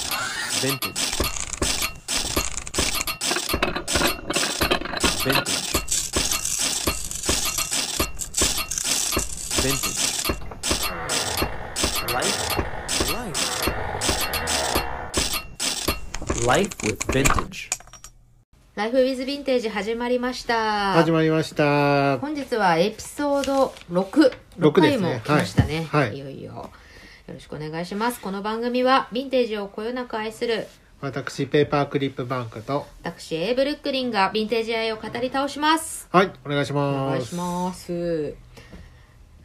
ベントリーベントリーベントリー Life Life Life with Vintage ライフウィズヴィンテージ始まりました。始まりました。本日はエピソード6、6六回ですねも来ましたね。はいい、よはいいよ。よろしくお願いします。この番組は、ヴィンテージをこよなく愛する、私、ペーパークリップバンクと。私、エイブルックリンがヴィンテージ愛を語り倒します。はい、お願いしおます。願いします。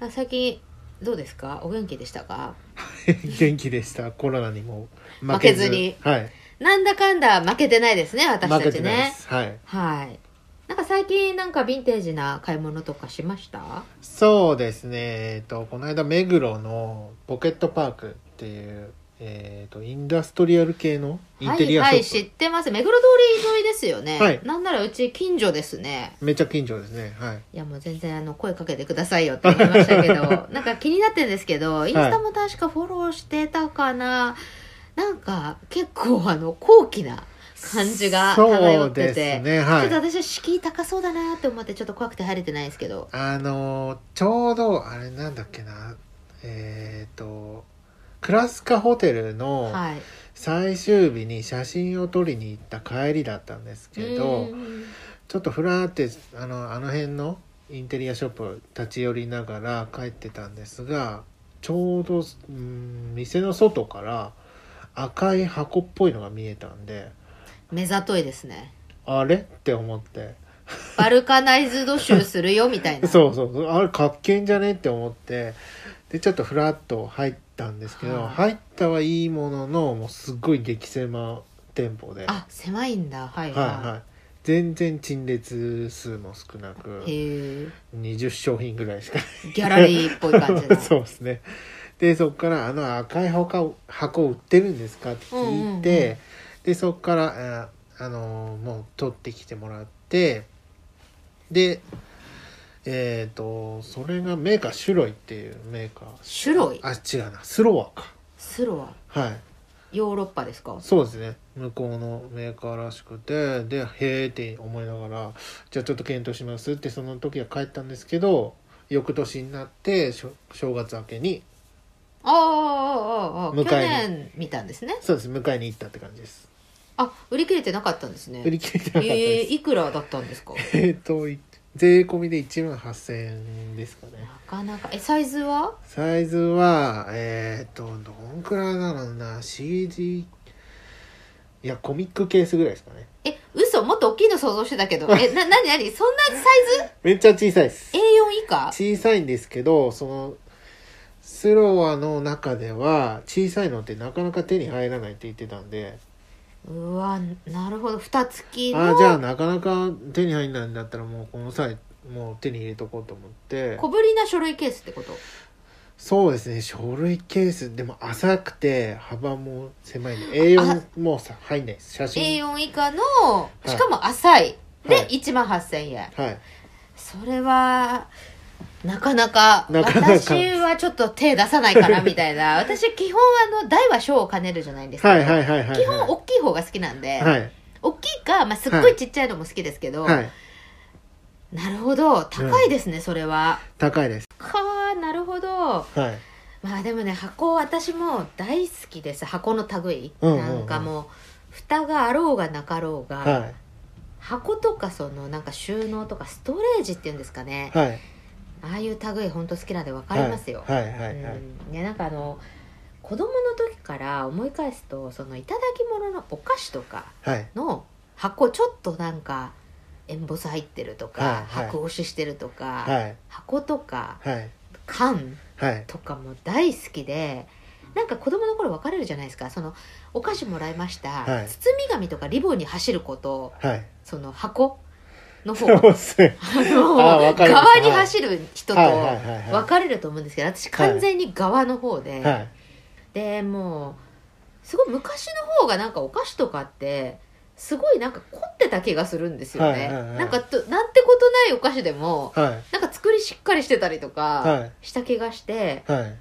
あ最近、どうですかお元気でしたか 元気でした。コロナにも負けずにはい。なんだかんだ負けてないですね、私負たけてちないでね。す。はい。はい。なんか最近、なんかヴィンテージな買い物とかしましたそうですね。えっと、この間、目黒のポケットパークっていう、えっと、インダストリアル系のインテリアはい、ショはい、ッ知プ。ってます。目黒通り沿いですよね。はいなんならうち近所ですね。めっちゃ近所ですね。はい。いや、もう全然あの、声かけてくださいよって言いましたけど、 なんか気になってんですけど、インスタも確かフォローしてたかな。なんか、結構あの、高貴な感じが漂ってそうでて。すね。はちょっとい。私は敷居高そうだなって思ってちょっと怖くて入れてないんですけどあのー、ちょうど、あれなんだっけな。えっと、クラスカホテルの、はい最終日に写真を撮りに行った帰りだったんですけうどんちょっとふらーってあのあの辺のインテリアショップ立ち寄りながら帰ってたんですがちょうど、うん、店の外から赤い箱っぽいのが見えたんで目ざといですねあれって思ってバルカナイズド集するよみたいなそうそうそうあれかっけえんじゃねって思ってでちょっとふらっと入ったんですけど、はい入ったはいいもののもうすっごい激狭店舗で。あ狭いんだはいはい、はいはい全然陳列数も少なくへえ20商品ぐらいしかギャラリーっぽい感じなのい そうですねでそこから「あの赤い箱箱売ってるんですか?」って聞いて、うんうんうんでそこからああのーもう取ってきてもらってでえっ、とそれがメーカーシュロイっていうメーカーシュロイあ違うなスロワかスロははいヨーロッパですかそうですね向こうのメーカーらしくてでへえって思いながらじゃあちょっと検討しますってその時は帰ったんですけど翌年になってしょ正月明けにああああああ迎えに去年見たんですねそうです迎えに行ったって感じですあ売り切れてなかったんですね売り切れてなかったえでー、すいくらだったんですかえっ、とい税込みで1万8000円ですかねなかなかえサイズはサイズはえっ、とどんくらいだろうな CD いやコミックケースぐらいですかねえ嘘もっと大きいの想像してたけどえななになにそんなサイズめっちゃ小さいです A4 以下小さいんですけどそのスロワの中では小さいのってなかなか手に入らないって言ってたんでうわなるほど蓋付きああのじゃあなかなか手に入らないんだったらもうこの際もう手に入れとこうと思って小ぶりな書類ケースってことそうですね書類ケースでも浅くて幅も狭いの A4 もさ入んないです写真 A4 以下のいしかも浅いはでい1万8000円はいそれはなかなかなかなか私はちょっと手出さないかなみたい な私基本あの大は小を兼ねるじゃないですか、はいはいはいはい基本大きい方が好きなんで、はい大きいか、まあ、すっごいちっちゃいのも好きですけど、はいなるほど高いですね、それは高いですかあなるほどはいまあでもね箱私も大好きです箱の類、うんうんうんなんかもう蓋があろうがなかろうが、は箱とかそのなんか収納とかストレージっていうんですかね、いはいああいう類本当好きなんで分かりますよ、はいはいはいはいうん、ねなんかあの子供の時から思い返すとその頂き物のお菓子とかはいの箱ちょっとなんかエンボス入ってるとか、はいはい箱押ししてるとか、はい箱とかはい缶はいとかも大好きでなんか子供の頃別れるじゃないですかそのお菓子もらいました、はい包み紙とかリボンに走ることはいその箱の方そうですねあの あわかります側に走る人とはいはいはいはい分かれると思うんですけど私完全に側の方で、はいでもうすごい昔の方がなんかお菓子とかってすごいなんか凝ってた気がするんですよね、はいはいはいなんかとなんてことないお菓子でもはなんか作りしっかりしてたりとはかした気がして、いはい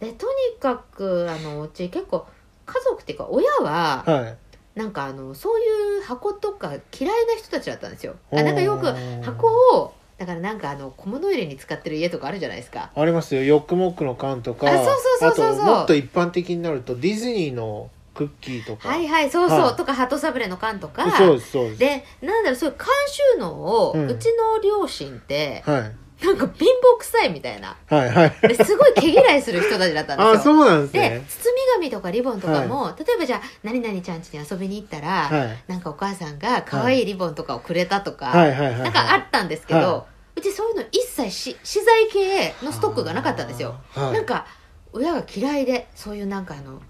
でとにかくあのうち結構家族っていうか親は、はいなんかあのそういう箱とか嫌いな人たちだったんですよ。おあーなんかよく箱をだからなんかあの小物入れに使ってる家とかあるじゃないですか。ありますよヨックモックの缶とかあそうそうそうそうそうあともっと一般的になるとディズニーのクッキーとか、はいはいそうそう、はいとか鳩サブレーの缶とか。そうですそうですでなんだろうそういう缶収納を、ううんちの両親ってはいなんか貧乏くさいみたいなはいはいですごい毛嫌いする人たちだったんですよ。 あそうなんですでね包み紙とかリボンとかも、例えばじゃあ何々ちゃん家に遊びに行ったら、はいなんかお母さんが可愛いリボンとかをくれたとか、はいはいはいはいなんかあったんですけど、はうちそういうの一切し資材系のストックがなかったんですよ、あーはいなんか親が嫌いでそういうなんかあの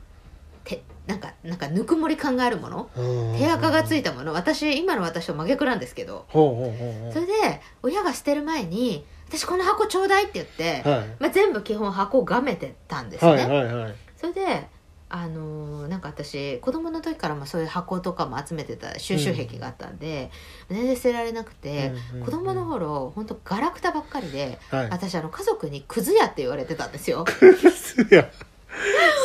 てなんかなんかぬくもり感があるもの手垢がついいたもの私今の私と真逆なんですけどほうほうほうそほれで親が捨てる前に「私この箱ちょうだい」って言って、うはいまあ、全部基本箱をがめてたんですね、はいはいはいそれであのーなんか私子供の時からもそういう箱とかも集めてた収集癖があったんで、全然捨てられなくて、うんうんうん子供の頃本当ガラクタばっかりで、はい私あの家族に「クズ屋」って言われてたんです よいや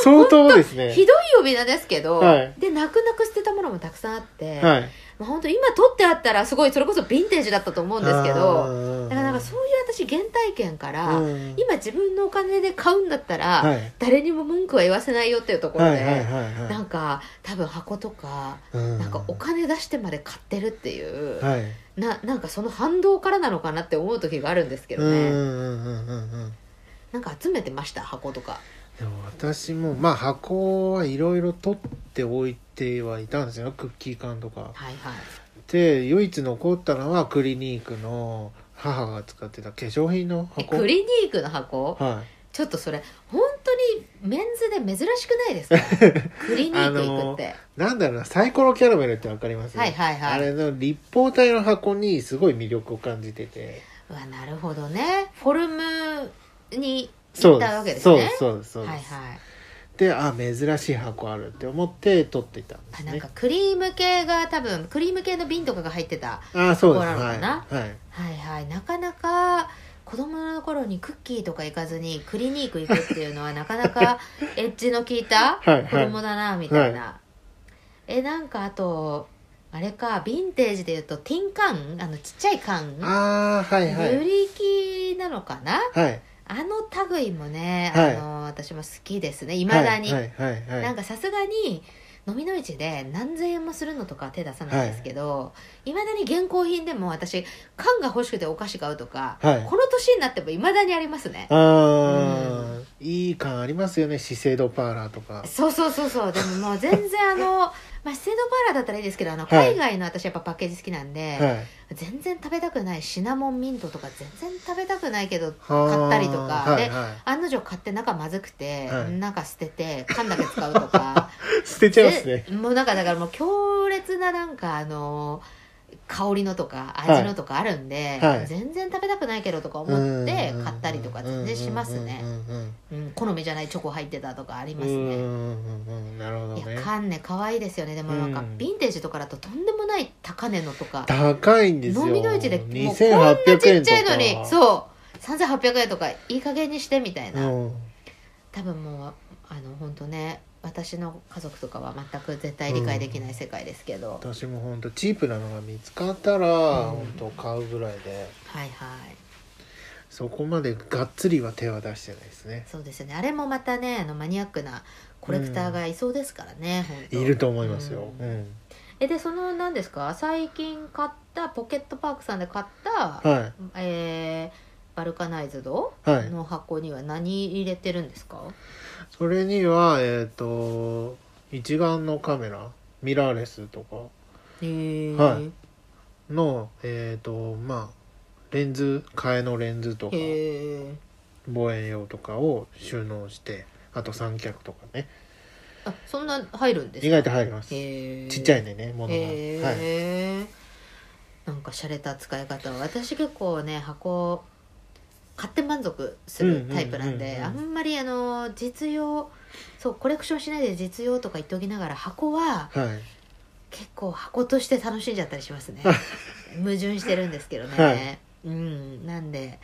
相当ですねひどい呼び名ですけど、はいで泣く泣く捨てたものもたくさんあって、はいまあ、本当今取ってあったらすごいそれこそヴィンテージだったと思うんですけどだどからなんかそういう私原体験から、うん今自分のお金で買うんだったら、はい誰にも文句は言わせないよっていうところで。はいはいはいはいなんか多分箱とかななんかお金出してまで買ってるっていう、はいななんかその反動からなのかなって思う時があるんですけうどんうね、んうんうんうんなんか集めてました箱とかでも私もまあ箱はいろいろ取っておいてはいたんですよクッキー缶とかはいはいで唯一残ったのはクリニークの母が使ってた化粧品のえ箱クリニークの箱はいちょっとそれ本当にメンズで珍しくないですか クリニーク行くって、なんだろうなサイコロキャラメルってわかりますはいはいはいあれの立方体の箱にすごい魅力を感じててうわなるほどねフォルムに行っそうでたわけですすねそうですそうですそうはいではいすであ珍しい箱あるって思って取っていたんであすなんねかクリーム系が多分クリーム系の瓶とかが入ってたあそうで箱すなのかなはいはいはいはいなかなか子供の頃にクッキーとか行かずにクリニーク行くっていうのはなかな かエッジの効いたはいはい子供だなみたいな、はえなんかあとあれかヴィンテージでいうとティン缶あのちっちゃい缶ああはいはブいリキなのかなはいあの類もね、はいあの私も好きですねいまだに、はいはいはいなんかかさすがに飲みの市で何千円もするのとかは手出さないんですけど、いまだに現行品でも私缶が欲しくてお菓子買うとか、はいこの年になってもいまだにありますねああいい感ありますよね資生堂パーラーとかそうそうそうそうでももう全然あの まあ資生堂パーラーだったらいいですけどあのはい海外の私やっぱパッケージ好きなんで、はい全然食べたくないシナモンミントとか全然食べたくないけど買買ったりとかはいでは案の定買って中まずくて、はい中捨てて缶だけ使うとかい捨てちゃいますねでもうなんかだからもう強烈ななんかあの香りのとか味のとかあるんで、はい全然食べたくないけどとか思って買ったりとか全然しますうね、んうんうんうん、好みじゃないチョコ入ってたとかありうますんうんねうんうんなるほどいやね缶ね可愛いですよねでもなんかうヴんィンテージとかだととんでもない高値のとか高いんですよ飲みの市でもうこんな2800ちっ円ちとゃかいのにそう3800円とかいい加減にしてみたいな、うん多分もうあの本当ね私の家族とかは全く絶対理解できない世界ですけど、私も本当チープなのが見つかったら本当買うぐらいではいはいそこまでがっつりは手は出してないですねそうですねあれもまたねあのマニアックなコレクターがいそうですからね、本当いると思いますよううんんえでその何ですか最近買ったポケットパークさんで買った、はえーバルカナイズドいはいの箱には何入れてるんですか、それにはえっ、と一眼のカメラミラーレスとかえーはいのえっ、とまあレンズ替えのレンズとかへー望遠用とかを収納してあと三脚とかねあそんな入るんですか意外と入りますちへーっちゃいんでねものが、はい、へえ、なんか洒落た使い方私結構ね箱買って満足するタイプなんで、うんうんうんうんあんまりあの実用そうコレクションしないで実用とか言っておきながら箱ははい結構箱として楽しんじゃったりします ね矛盾してるんですけどね、はいうんなんで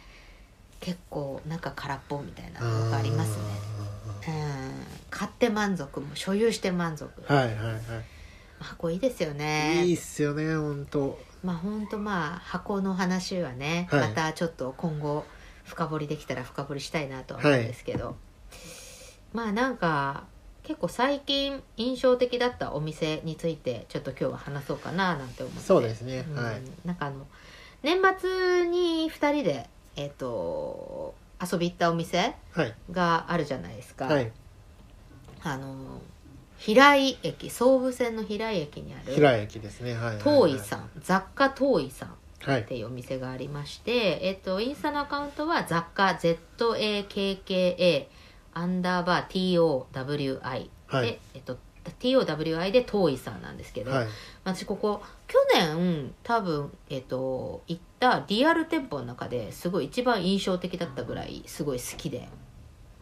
結構中空っぽみたいなのがありますねうん買って満足も所有して満足はいはいはい箱いいですよねいいっすよね本当まあ本当まあ箱の話はね、はいまたちょっと今後深掘りできたら深掘りしたいなとは思うんですけど、まあなんか結構最近印象的だったお店についてちょっと今日は話そうかななんて思ってそうですねうんはいなんかあの年末に2人でえっ、と遊び行ったお店はいがあるじゃないですか、はいあの平井駅総武線の平井駅にある平井駅ですねはい遠井さん雑貨遠井さんんはっいていうお店がありまして、えっと、インスタのアカウントは雑貨 ZAKKA アンダーバー TOWI で、はいえっと、TOWI で遠いさんなんですけど、はい私ここ去年多分、えっと、行ったリアル店舗の中ですごい一番印象的だったぐらいすごい好きで。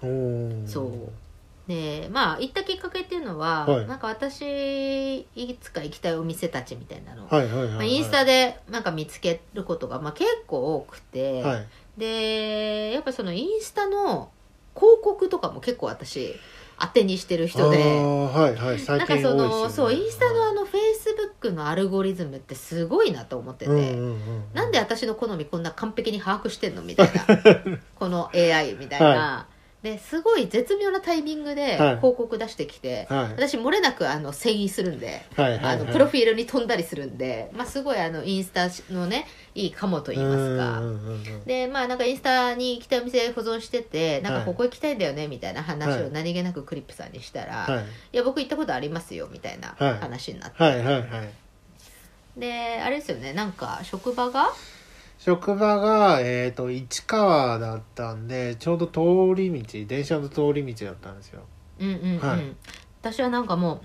おーそうでまあ行ったきっかけっていうのは、はいなんか私いつか行きたいお店たちみたいなのを、はいはいはいまはあ、いインスタでなんか見つけることが、まあ、結構多くて、はいでやっぱそのインスタの広告とかも結構私当てにしてる人あで。ーはいはいなん最近多かいその、ですよそうねインスタのあのフェイスブックのアルゴリズムってすごいなと思ってて、うんうんうんうんなんで私の好みこんな完璧に把握してんのみた いなこの AI みたいな、はですごい絶妙なタイミングではい広告出してきて、はい私漏れなくあの遷移するんで、はいはいあはのいプロフィールに飛んだりするんで、まあ、すごいあのインスタのねいいかもと言いますか。うんうんうんうんでまあなんかインスタに行きたいお店保存しててなんはかいここ行きたいんだよねみたいな話はをい何気なくクリップさんにしたら「はいい、や僕行ったことありますよ」みたいなはい話になって、はいはいはいであれですよねなんか職場が職場が、えー、と市川だったんでちょうど通り道電車の通り道だったんですようんうんうん、はい私はなんかもう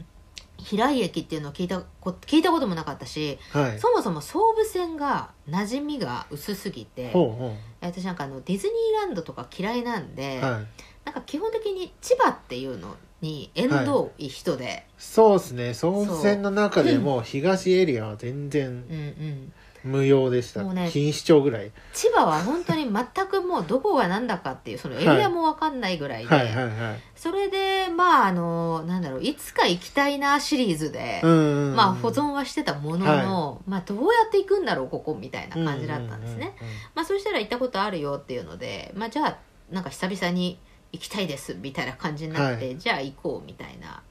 平井駅っていうのを聞いたこ聞いたこともなかったしはいそもそも総武線が馴染みが薄すぎてほうほ私なんかあのディズニーランドとか嫌いなんで、うはいなんか基本的に千葉っていうのに縁遠い人で、そうですね総武線の中でも東エリアは全然うんうん無用でしたもうね錦糸町ぐらい千葉は本当に全くもうどこが何だかっていうそのエリアも分かんないぐらいで、はいはいはいそれでまああのなんだろういつか行きたいなシリーズで、うんうんうんまあ保存はしてたものの、まあどうやって行くんだろうここみたいな感じだったんですね、うんうんうんまあそうしたら行ったことあるよっていうのでまあじゃあなんか久々に行きたいですみたいな感じになって、はじゃあ行こうみたいな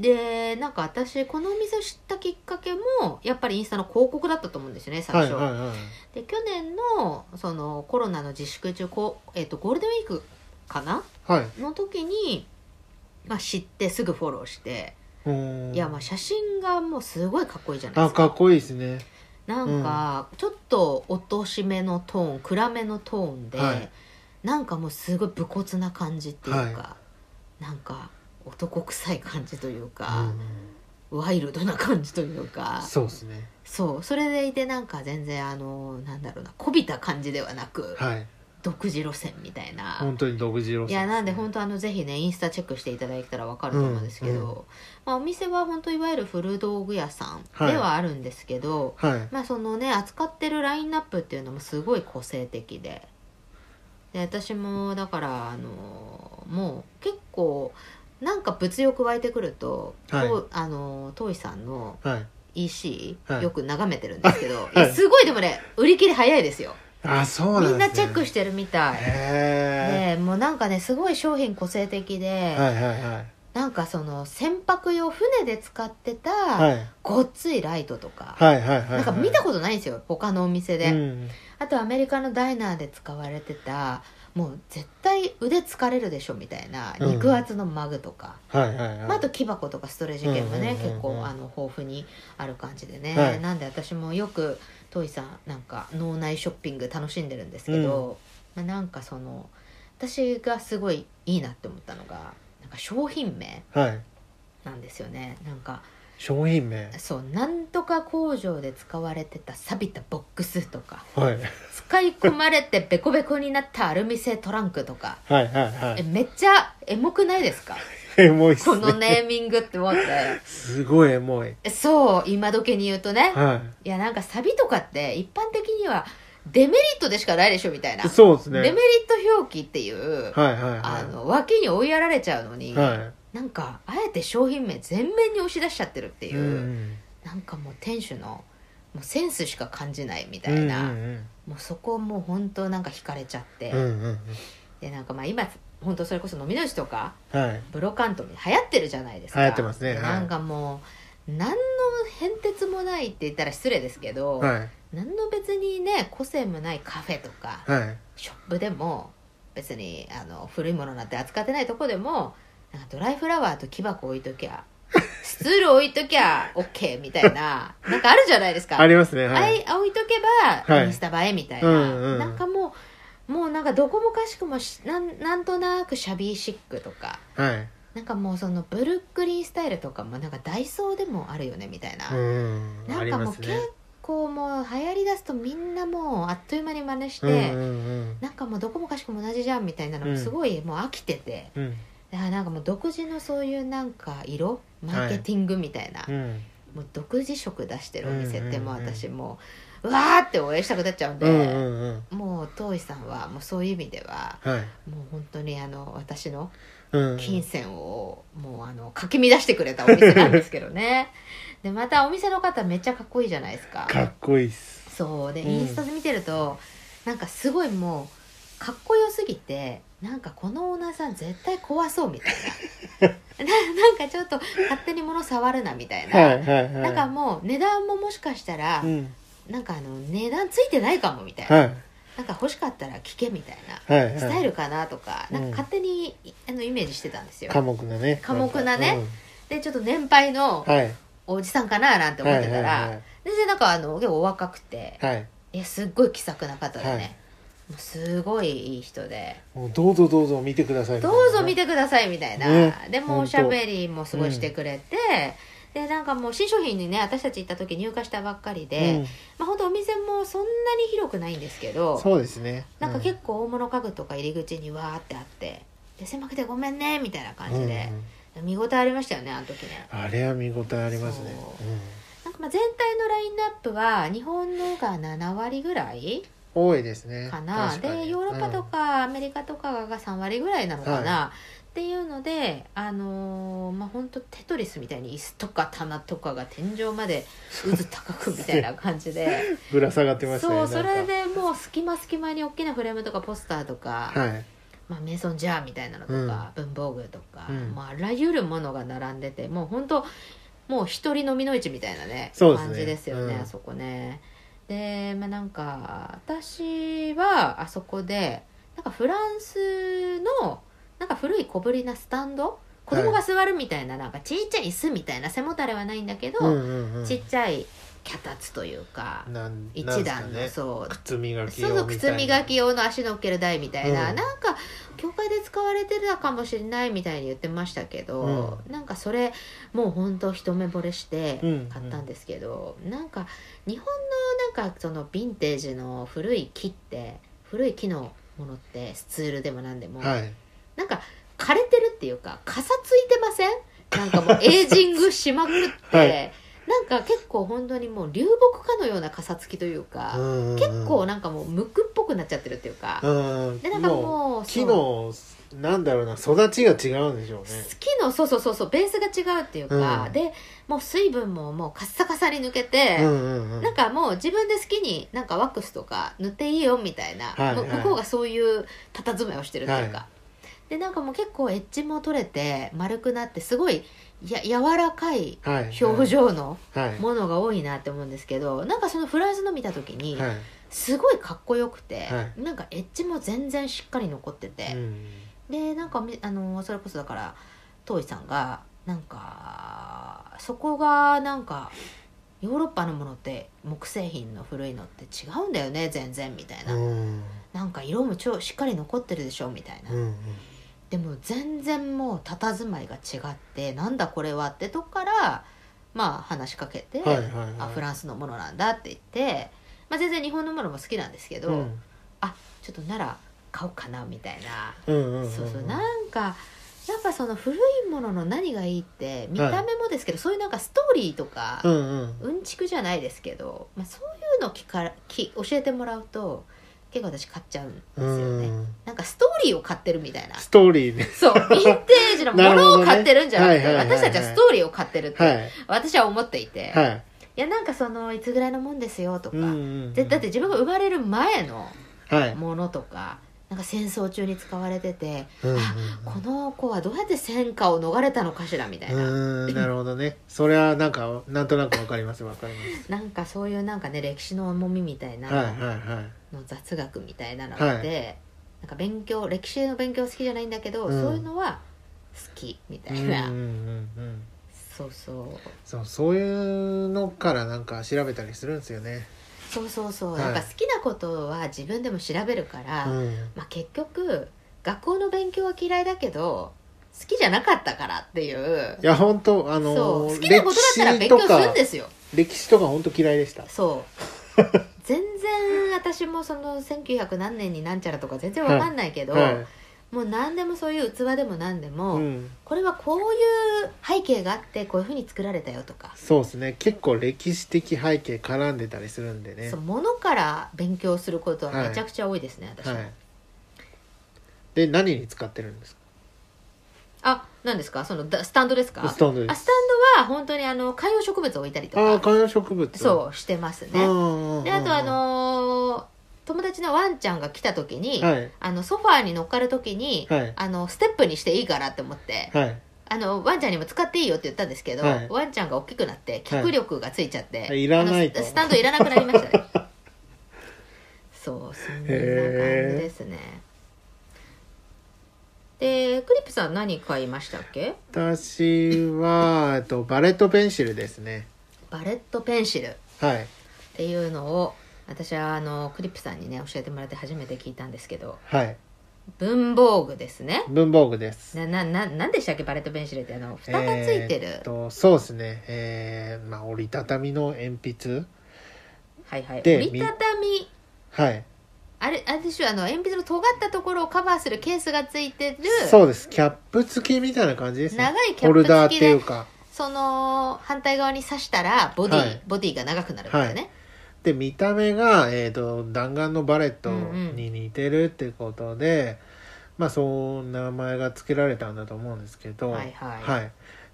でなんか私このお店を知ったきっかけもやっぱりインスタの広告だったと思うんですよね最は初いはいはいで去年のそのコロナの自粛中こう、えっとゴールデンウィークかなはいの時に、まあ、知ってすぐフォローして、うーんいやまあ写真がもうすごいかっこいいじゃないであすかかっこいいですねなんかちょっと落としめのトーン暗めのトーンで、はいなんかもうすごい武骨な感じっていうか、はなんか男臭い感じといううんか、ワイルドな感じというかそうですねそうそれでいてなんか全然あのなんだろうなこびた感じではなく、はい独自路線みたいな、本当に独自路線いやなんでほん本当あのぜひねインスタチェックしていただいたらわかると思うんですけど、うんうまあ、お店は本当いわゆる古道具屋さんではあるんですけど、はいまあそのね扱ってるラインナップっていうのもすごい個性的でで私もだからあのもう結構なんか物欲湧いてくると、はいとあのトイさんのはい EC、はいよく眺めてるんですけ ど、いいやすごいでもね売り切り早いですよあそうなんです、ね、みんなチェックしてるみたい。へでもうなんかねすごい商品個性的で、えはいはいはいなんかその船舶用船で使ってはたいごっついライトとか、はいはいはいなんか見たことないんですよ他のお店で、うんあとアメリカのダイナーで使われてたもう絶対腕疲れるでしょみたいなうん肉厚のマグとか、はいはいはいまあ、あと木箱とかストレージ券もね、うんうんうんうん結構あの豊富にある感じでね、はいなんで私もよくトイさんなんか脳内ショッピング楽しんでるんですけど、まあ、なんかその私がすごいいいなって思ったのがなんか商品名はいなんですよねなんか商品名そうなんとか工場で使われてた錆びたボックスと かはい使い込まれてベコベコになったアルミ製トランクとかはいはいはえいめっちゃエモくない ですかエモいっすこねのネーミングって思って。すごいエモいそう今時に言うとね、はいいやなんかサビとかって一般的にはデメリットでしかないでしょみたいな、そうですデメリッね。ト表記っていう、はいはいはい。あの脇に追いやられちゃうのに、はなんかあえて商品名全面に押し出しちゃってるってい。いう、ん。なんかもう店主のもうセンスしか感じないみたういんな、うんもうそこもう本当なんか惹かれちゃって、うん。うんうんでなんかまあ今本当それこそ飲みの市とかうん。はい。ブロカントに流行ってるじゃないですか流行ってますねではいなんかもう何の変哲もないって言ったら失礼ですけど、はい。何の別にね個性もないカフェとかはい。ショップでも別にあの古いものなんて扱ってないとこでもなんかドライフラワーと木箱置いとき ゃスツール置いときゃ OK みたいななんかあるじゃないですかありますね。はあい、い。置いとけば、はいインスタ映えみたいな、うんうんなんかもうもうなんかどこもかしくもしなんなんとなくシャビーシックとかはい。なんかもうそのブルックリンスタイルとかもなんかダイソーでもあるよねみたいな、うん。なあんりかもまうす結ね。構もう流行りだすとみんなもうあっという間に真似しうて、んうんなんかもうどこもかしくも同じじゃんみたいなのもすごいもう飽きてて、うん。うん。だからなんかもう独自のそういうなんか色マーケティングみたいな、うん。もう独自色出してるお店ってもううんうんうん私もううわーって応援したくなっちゃうんで、うんうんうん。もう遠井さんはもうそういう意味でははい。もう本当にあの私のうん。金銭をもうあのかき乱してくれたお店なんですけど ねでまたお店の方めっちゃかっこいいじゃないですかかっこいいっす。そうでうんインスタで見てると、なんかすごいもうかっこよすぎてなんかこのオーナーさん絶対怖そうみたい なななんかちょっと勝手に物触るなみたいな、はいはいはい。なんかもう値段ももしかしたら、うん。なんかあの値段ついてないかもみたいな、はい。なんか欲しかったら聞けみたいな、はいはい。スタイルかなとか、うんなんか勝手にいあのイメージしてたんですよ寡黙なね。寡黙なねうん。でちょっと年配のはい。おじさんかななんて思ってたら、はいはいはい全然なんかあの結構お若くて、はい。い、やすっごい気さくな方でね、はいもうすごいいい人でもうどうぞどうぞ見てください。どうぞ見てくださいみたいな、ねでもうおしゃべりもすごいしてくれて、でなんかもう新商品にね私たち行った時入荷したばっかりで、うんまあ本当お店もそんなに広くないんですけどそうですね。なんか結構大物家具とか入り口にわーってあってで狭くてごめんねみたいな感じでうん、見応えありましたよねあの時ねうんあれは見応えありますね。そうんなんかまあ全体のラインナップは日本のが7割ぐらい多いですね。かな確かにでヨーロッパと、かアメリカとかが3割ぐらいなのかな、っていうのであのーまあ本当テトリスみたいに椅子とか棚とかが天井まで渦高くみたいな感じ で。うんぶら下がってましたね。そうそれなんか。でもう隙間隙間に大きなフレームとかポスターとか、はい。まあ、メイソンジャーみたいなのとか、文房具とか、うんまあ、あらゆるものが並んでてもう本当もう一人飲みの市みたいなねそうですね感じですよね、うんあそこねで、まあ、なんか私はあそこでなんかフランスのなんか古い小ぶりなスタンド子供が座るみたいな、なんかちっちゃい椅子みたいな背もたれはないんだけど、うんうんうん。ちっちゃい脚立というかなん一なんすか段の、ね。そう靴磨きそう用みそうた靴いな磨き用の足乗っける台みたいな、うんなんか教会で使われてたかもしれないみたいに言ってましたけど、なんかそれもう本当一目惚れしてうん買ったんですけど、なんか日本のなんかそのヴィンテージの古い木って古い木のものってスツールでも何でも、はい。なんか枯れてるっていうかかさついてませんなんかもうエイジングしまくって、 はいなんか結構本当にもう流木かのようなかさつきというか。結構な、なんかもうムクっぽくなっちゃってるっていうか、うん。でなんかもう木そうの、なんだろうな、育ちが違うんでしょうね。木のそうそうそうそうベースが違うっていうか、うんでもう水分ももうカッサカサに抜けて、うんうんうん。なんかもう自分で好きになんかワックスとか塗っていいよみたいな、はいはいむ向こうがそういう佇まいをしてるっていうか、はでなんかもう結構エッジも取れて丸くなってすごいや柔らかいはい。表情のはい。ものが多いなって思うんですけど、なんかそのフランスの見た時に、はすごいかっこよくて、はなんかエッジも全然しっかり残ってい。うて、んでなんかみあのそれこそだから遠井さんがなんかそこがなんかヨーロッパのものって木製品の古いのって違うんだよね全然みたいな、うんなんか色も超しっかり残ってるでしょみたいな、うんうん。でも全然もう佇まいが違ってなんだこれはってとこからまあ話しかけて、はいはいはいあフランスのものなんだって言って、まあ、全然日本のものも好きなんですけど、うんちょっとなら買おうかなみたいな、うんうん。そうそうなんかやっぱその古いものの何がいいって見た目もですけど、そういうなんかストーリーとか、うんうん。うんちくじゃないですけど、まあ、そういうの聞か聞教えてもらうと結構私買っちゃうんですうよねんなんかストーリーを買ってるみたいなストー リーねそうヴィンテージのもなるほどのをね買ってるんじゃなくてはいはいはいはい私たちはストーリーを買ってるって、はい私は思っていて、い、はいやなんかそのいつぐらいのもんですよとか、うんうんうんでだって自分が生まれる前のはいものとかなんか戦争中に使われてて、うんうんあこの子はどうやって戦火を逃れたのかしらみたいな、うーんなるほどねそれはなんかなんとなくわかりますわかりますなんかそういうなんかね歴史の重みみたいなはいはいはいの雑学みたいなのって、はいなんか勉強歴史の勉強好きじゃないんだけど、うんそういうのは好きみたうんいうな、んうんうんそうそうそうそういうのからなんか調べたりするんですよねそうそうそう、はいやっぱ好きなことは自分でも調べるから、うんまあ、結局学校の勉強は嫌いだけど好きじゃなかったからっていういや本当あそのう好ーきなことだったら歴史勉と強かするんですよ歴史とか本当嫌いでしたそう 全然私もその1900何年になんちゃらとか全然わかんないけど、はもう何でもそういう器でも何でい、も、うん、これはこういう背景があってこういうふうに作られたよとか、そうですね結構歴史的背景絡んでたりするんでねそう物から勉強することはめちゃくちゃ多いですね、私も、はいで何に使ってるんですあ何ですかそのだスタンドですかかスタンドであスすタンドは本当にあの観葉植物を置いたりとああか観葉植物そうしてますうんねうんうんであとあのー友達のワンちゃんが来た時に、はいあのソファーに乗っかる時に、はいあのステップにしていいからって思って、はいあのワンちゃんにも使っていいよって言ったんですけど、はいワンちゃんが大きくなって脚力がついちゃって、はいいらないとあのススタンドいらなくなりま したねそうそんな感じへーですねでクリップさん何買いましたっけ私は、えっと、バレットペンシルですねバレットペンシルっはいていうのを私はあのクリップさんにね教えてもらって初めて聞いたんですけどはい文房具ですね文房具ですななななんでしたっけバレットペンシルってあの蓋がついてる、えーっとそうですねえー、まあ折りたたみの鉛筆はいはいで折りたたみはいあれあれでしょあの鉛筆の尖ったところをカバーするケースがついてるそうですキャップ付きみたいな感じですね長いキャップ付きでホルダーっていうかその反対側に刺したらボディ、はいボディが長くなるんだよね、で見た目が、えー、と弾丸のバレットに似てるってことで、まあそう名前が付けられたんだと思うんですけどはいはい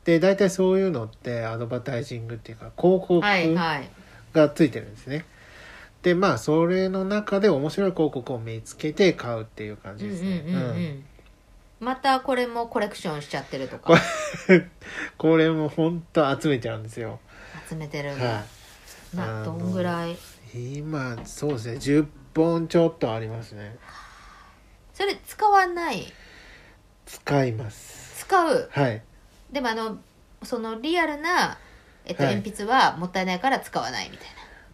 で大体そういうのってアドバタイジングっていうか広告はいはいがついてるんですね、でまあそれの中で面白い広告を見つけて買うっていう感うんじうんですうんね、うん、うんまたこれもコレクションしちゃってるとこかれこれも本当集めちゃうんですよ、集めてるんだ、はまああどのんぐらいい今そうですね10本ちょっとありますねそれ使わない使います使うはいでもあのそのリアルな、えっとはい鉛筆はもったいないから使わないみたいな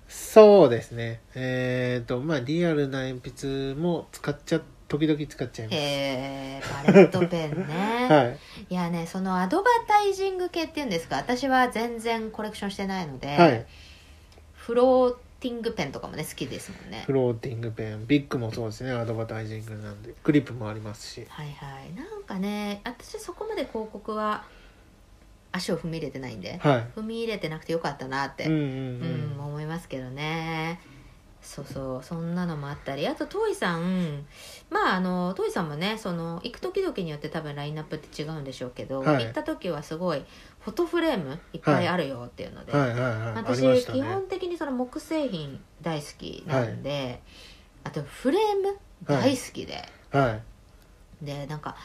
そうですね。えっ、と、まあ、リアルな鉛筆も使っちゃ、時々使っちゃいます。へえバレットペンね、はい。いやねそのアドバタイジング系っていうんですか私は全然コレクションしてないので、はい。フローティングペンとかもね好きですもんねフローティングペン。ビッグもそうですね。アドバタイジングなんで。クリップもありますし。はいはいなんかね私そこまで広告は足を踏み入れてないんでは踏み入れてなくてよかったなっい。て、うんうんうん思いますけどねそうそうそんなのもあったりあとトイさんまああのトイさんもねその行く時々によって多分ラインナップって違うんでしょうけど、はい行った時はすごいフォトフレームいっぱいあるよっていうので、うん。はいはいはい。あ私、りました基ね。本的にその木製品大好きなんで、あとフレーム大好きで、はい。でなんか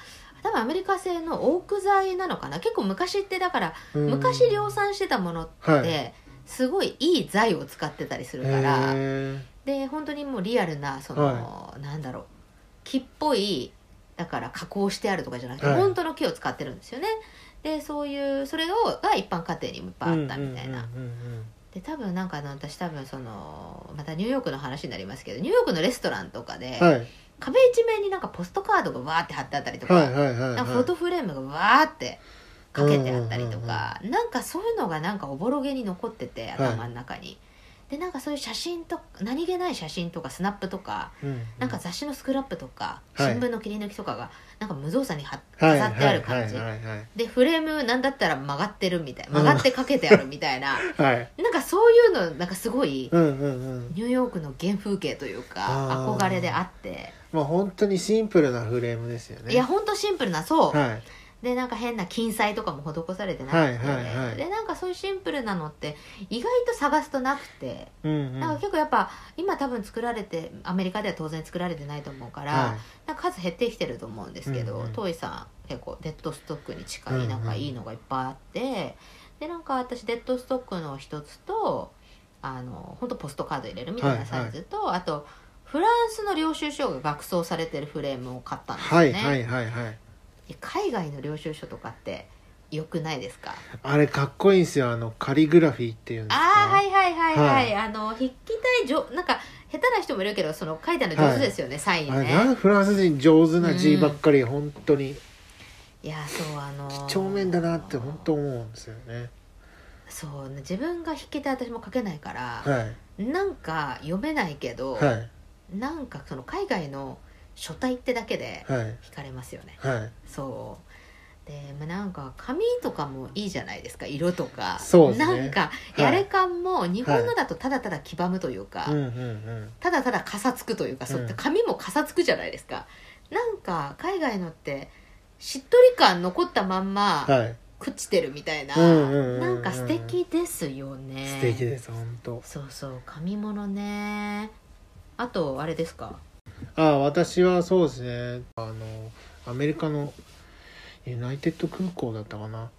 多分アメリカ製のオーク材なのかな結構昔ってだからうん昔量産してたものっはいてすごいいい材を使ってたりするから、へで本当にもうリアルなその、なんだろう木っぽいだから加工してあるとかじゃなくて、はい本当の木を使ってるんですよねでそういうそれをが一般家庭にもいっぱーいあったみたいな、うんうんうんうんで多分なんかあの私多分そのまたニューヨークの話になりますけどニューヨークのレストランとかで、はい。壁一面になんかポストカードがわーって貼ってあったりとか,、はいはいはいはい。なんかフォトフレームがわーってかけてあったりとか、なんかそういうのがなんかおぼろげに残ってて頭の中に、でなんかそういう写真とか何気ない写真とかスナップとかうんなんか雑誌のスクラップとか、はい新聞の切り抜きとかがなんか無造作にはは飾ってある感じ、はいはいはいでフレームなんだったら曲がってるみたい曲がってかけてあるみたいな、 はい、はい、なんかそういうのなんかすごいうんうんうんニューヨークの原風景というかあー憧れであってまあ本当にシンプルなフレームですよねいやほんとシンプルなそう、はいでなんか変な金彩とかも施されてなくて、はいはいはいでなんかそういうシンプルなのって意外と探すとなくて、うんうんなんか結構やっぱ今多分作られてアメリカでは当然作られてないと思うから、はいなんか数減ってきてると思うんですけど、うんうんトイさん結構デッドストックに近うんういんなんかいいのがいっぱいあって、でなんか私デッドストックの一つとあの本当ポストカード入れるみたいなサイズと、あとフランスの領収書が額装されてるフレームを買ったんですよはね、いはいはいはい海外の領収書とかって良くないですかあれかっこいいんですよあのカリグラフィーっていうんですかああはいはいはいは、はいいあの筆記体上なんか下手な人もいるけどその書いたの上手ですよね、サインあれねなフランス人上手なう G んばっかり、本当にいやそうあの几帳面だなって本当思うんですよねそうね自分が筆記体私も書けないから、はいなんか読めないけど、はいなんかその海外の書体ってだけではい惹かれますよね、はいそうで、まあ、なんか紙とかもいいじゃないですか色とかそうですねなんかいやれ感も日本のだとただただ黄ばむというか、うんうんうんただただかさつくというか、そううん紙もかさつくじゃないですかなんか海外のってしっとり感残ったまんまはい朽ちてるみたいな、うんうんうんうんなんか素敵ですよね素敵です本当そうそう紙物ねあとあれですかああ私はそうですねあのアメリカのユナイテッド空港だったかな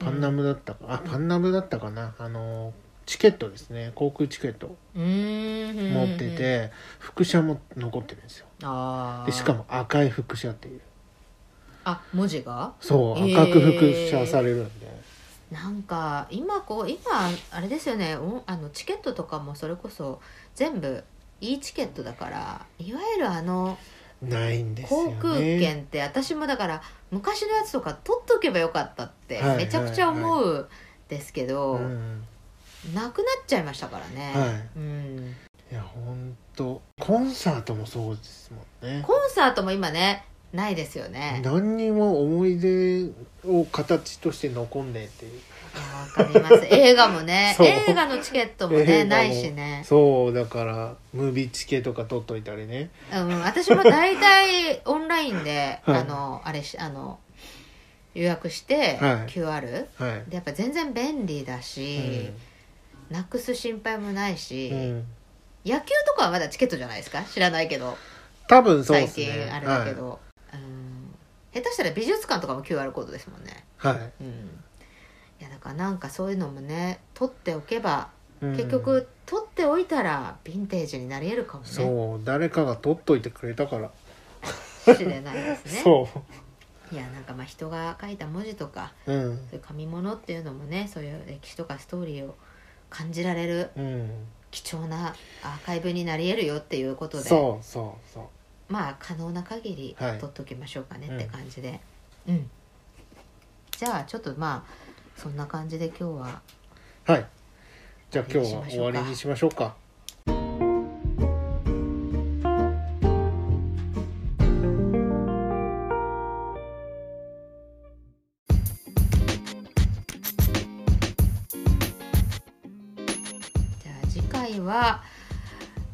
パンナムだったか、あパンナムだったかなあのチケットですね航空チケットうーん持ってて、副車も残ってるんですよあーでしかも赤い副車っていうあ文字がそうへー赤く副車されるんで、なんか今こう今あれですよねおあのチケットとかもそれこそ全部 E チケットだからいわゆるあのないんですよ航ね空券って私もだから昔のやつとか取っとけばよかったってはいめちゃくちゃ思うですけど、うんなくなっちゃいましたからね、はうん、いいや本当コンサートもそうですもんねコンサートも今ねないですよね何にも思い出を形として残んねえっていういやわかります映画もね そう映画のチケットも映画ねもないしね、そうだからムービーチケとか取っといたりねうん、私も大体オンラインで、 はいあのあれしあの予約して、はい QR はい、でやっぱ全然便利だし、なくす心配もないし、うんうん、野球とかはまだチケットじゃないですか知らないけど多分そうで最すね近あれだけはど、うん下手したら美術館とかも QR コードですもんねい、はいうんいやだからなんかそういうのもね取っておけばうん結局取っておいたらヴィンテージになり得るかもねそう誰かが取っといてくれたから、しれないです ねそいやなんかまあ人が書いた文字とかううんそういう紙物っていうのもねそういう歴史とかストーリーを感じられるうん貴重なアーカイブになり得るよっていうことでそうそうそうまあ可能な限りはい取っときましょうかねうんって感じで、うんじゃあちょっとまあそんな感じで今日ははい。じゃあ今日は終わりにしましょうか。じゃあ次回は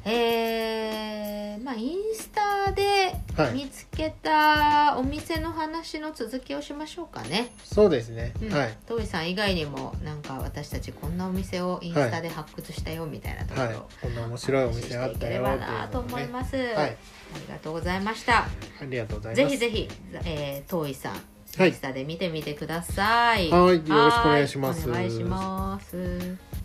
えー、まあインスタではい見つけたお店の話の続きをしましょうかね。そうですね。うんはい。トイさん以外にもなんか私たちこんなお店をインスタで発掘したよみたいなところ、はい。こんな面白いお店あっお話したよしていければってなと思いいうのをね。ます、はあい。りがとうございましたありがとうございぜます。ひぜひ、えー、トイさんはいインスタで見てみてくださいはいよろしくお願いしますお願いします